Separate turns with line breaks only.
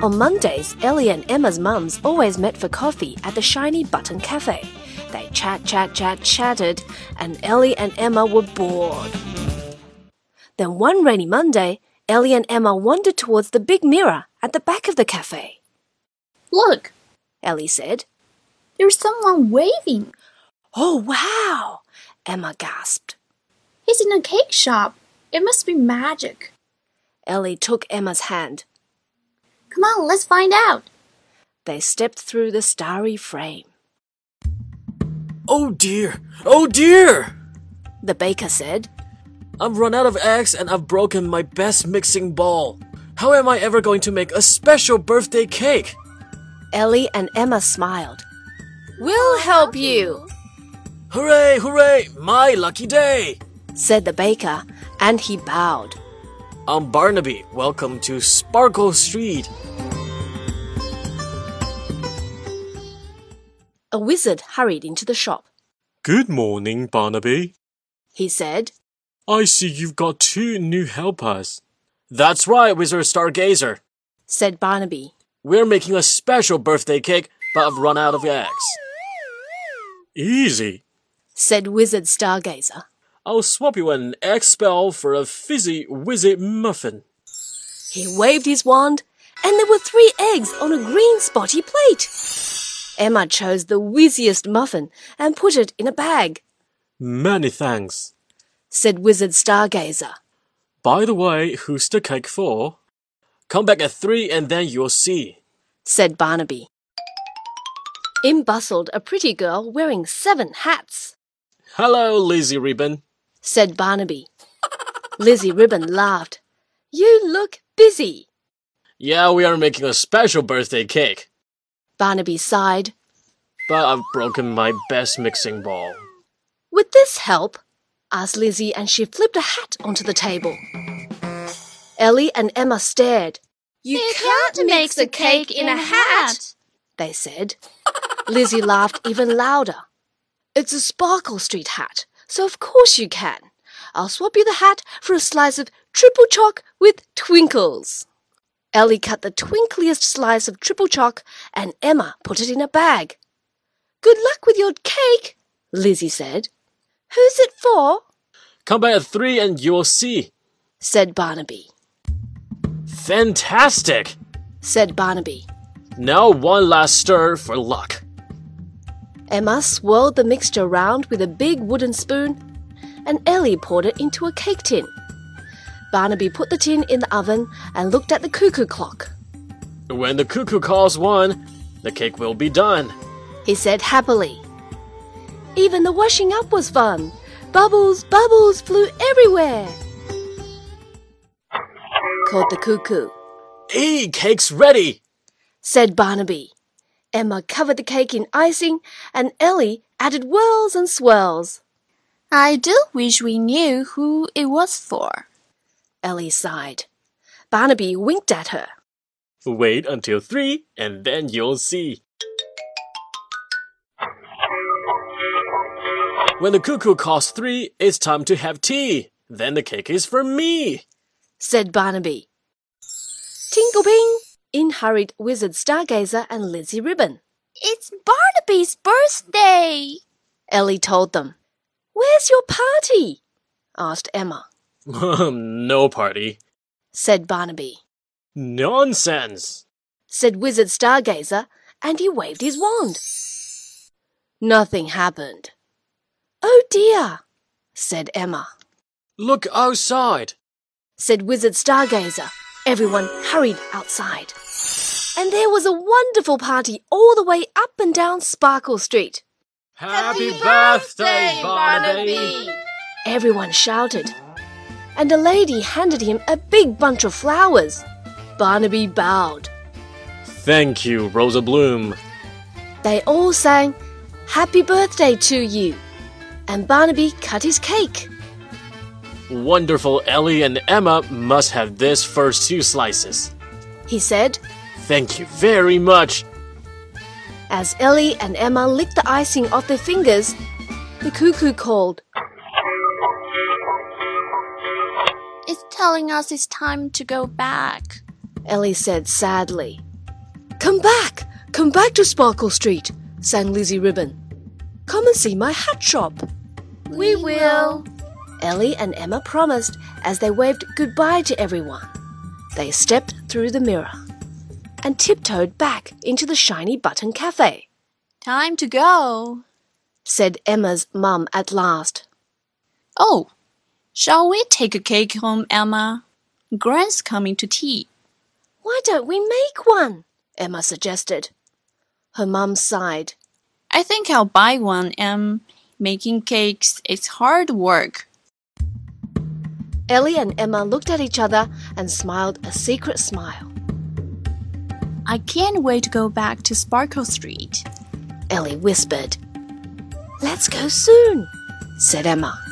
On Mondays, Ellie and Emma's mums always met for coffee at the Shiny Button Cafe. They chat, chat, chat, chatted, and Ellie and Emma were bored. Then one rainy Monday, Ellie and Emma wandered towards the big mirror at the back of the cafe.
Look,
Ellie said,
there's someone waving.
Oh, wow! Emma gasped.
He's in a cake shop. It must be magic.
Ellie took Emma's hand.
Come on, let's find out.
They stepped through the starry frame.
Oh dear! Oh dear!
The baker said,
I've run out of eggs and I've broken my best mixing ball. How am I ever going to make a special birthday cake?
Ellie and Emma smiled. We'll help you,
Hooray, hooray! My lucky day!
said the baker, and he bowed.
I'm Barnaby. Welcome to Sparkle Street.
A wizard hurried into the shop.
Good morning, Barnaby.
He said,
I see you've got two new helpers. That's right, Wizard Stargazer.
said Barnaby.
We're making a special birthday cake, but I've run out of eggs. Easy.
said Wizard Stargazer.
I'll swap you an egg spell for a fizzy wizzy muffin.
He waved his wand, and there were three eggs on a green spotty plate. Emma chose the wheeziest muffin and put it in a bag,
Many thanks.
said Wizard Stargazer.
By the way, who's the cake for? Come back at three and then you'll see.
said Barnaby. In bustled a pretty girl wearing seven hats,
Hello, Lizzie Ribbon.
said Barnaby. Lizzie Ribbon laughed. You look busy,
Yeah, we are making a special birthday cake,
Barnaby sighed.
but I've broken my best mixing ball.
Would this help? asked Lizzie, and she flipped a hat onto the table. Ellie and Emma stared. You, they said. Lizzie laughed even louder. It's a Sparkle Street hat, so of course you can. I'll swap you the hat for a slice of triple chalk with twinkles. Ellie cut the twinkliest slice of triple chalk and Emma put it in a bag. Good luck with your cake, Lizzie said. Who's it for?
Come back at three and you'll see.
said Barnaby.
Fantastic!
Said Barnaby.
Now one last stir for luck.
Emma swirled the mixture round with a big wooden spoon, and Ellie poured it into a cake tin. Barnaby put the tin in the oven and looked at the cuckoo clock.
When the cuckoo calls one, the cake will be done.
He said happily, Even the washing up was fun. Bubbles, bubbles flew everywhere. Called the cuckoo,
Hey, cake's ready!
said Barnaby. Emma covered the cake in icing, and Ellie added whirls and swirls.
I do wish we knew who it was for.
Ellie sighed. Barnaby winked at her.
Wait until three and then you'll see. When the cuckoo calls three, it's time to have tea. Then the cake is for me.
said Barnaby. Tinkle ping! In hurried Wizard Stargazer and Lizzie Ribbon.
It's Barnaby's birthday.
Ellie told them. Where's your party? asked Emma.
no party.
Said Barnaby.
Nonsense.
Said Wizard Stargazer, and he waved his wand. Nothing happened. Oh dear, said Emma.
Look outside.
said Wizard Stargazer. Everyone hurried outside. And there was a wonderful party all the way up and down Sparkle Street.
Happy, birthday,
Everyone shouted. And a lady handed him a big bunch of flowers. Barnaby bowed.
Thank you, Rosa Bloom.
They all sang, Happy Birthday to You. And Barnaby cut his cake.
Wonderful Ellie and Emma must have this first two slices.
He said,
Thank you very much.
as Ellie and Emma licked the icing off their fingers. The cuckoo called.
It's telling us it's time to go back.
Ellie said sadly. Come back! Come back to Sparkle Street, sang Lizzie Ribbon. Come and see my hat shop.
We will.
Ellie and Emma promised as they waved goodbye to everyone. They stepped through the mirror and tiptoed back into the shiny button cafe,
Time to go.
said Emma's mum at last.
Oh, shall we take a cake home, Emma? Gran's coming to tea.
Why don't we make one? Emma suggested. Her mum sighed.
I think I'll buy one. Um, making cakes is hard work.
Ellie and Emma looked at each other and smiled a secret smile.
I can't wait to go back to Sparkle Street.
Ellie whispered. Let's go soon, said Emma.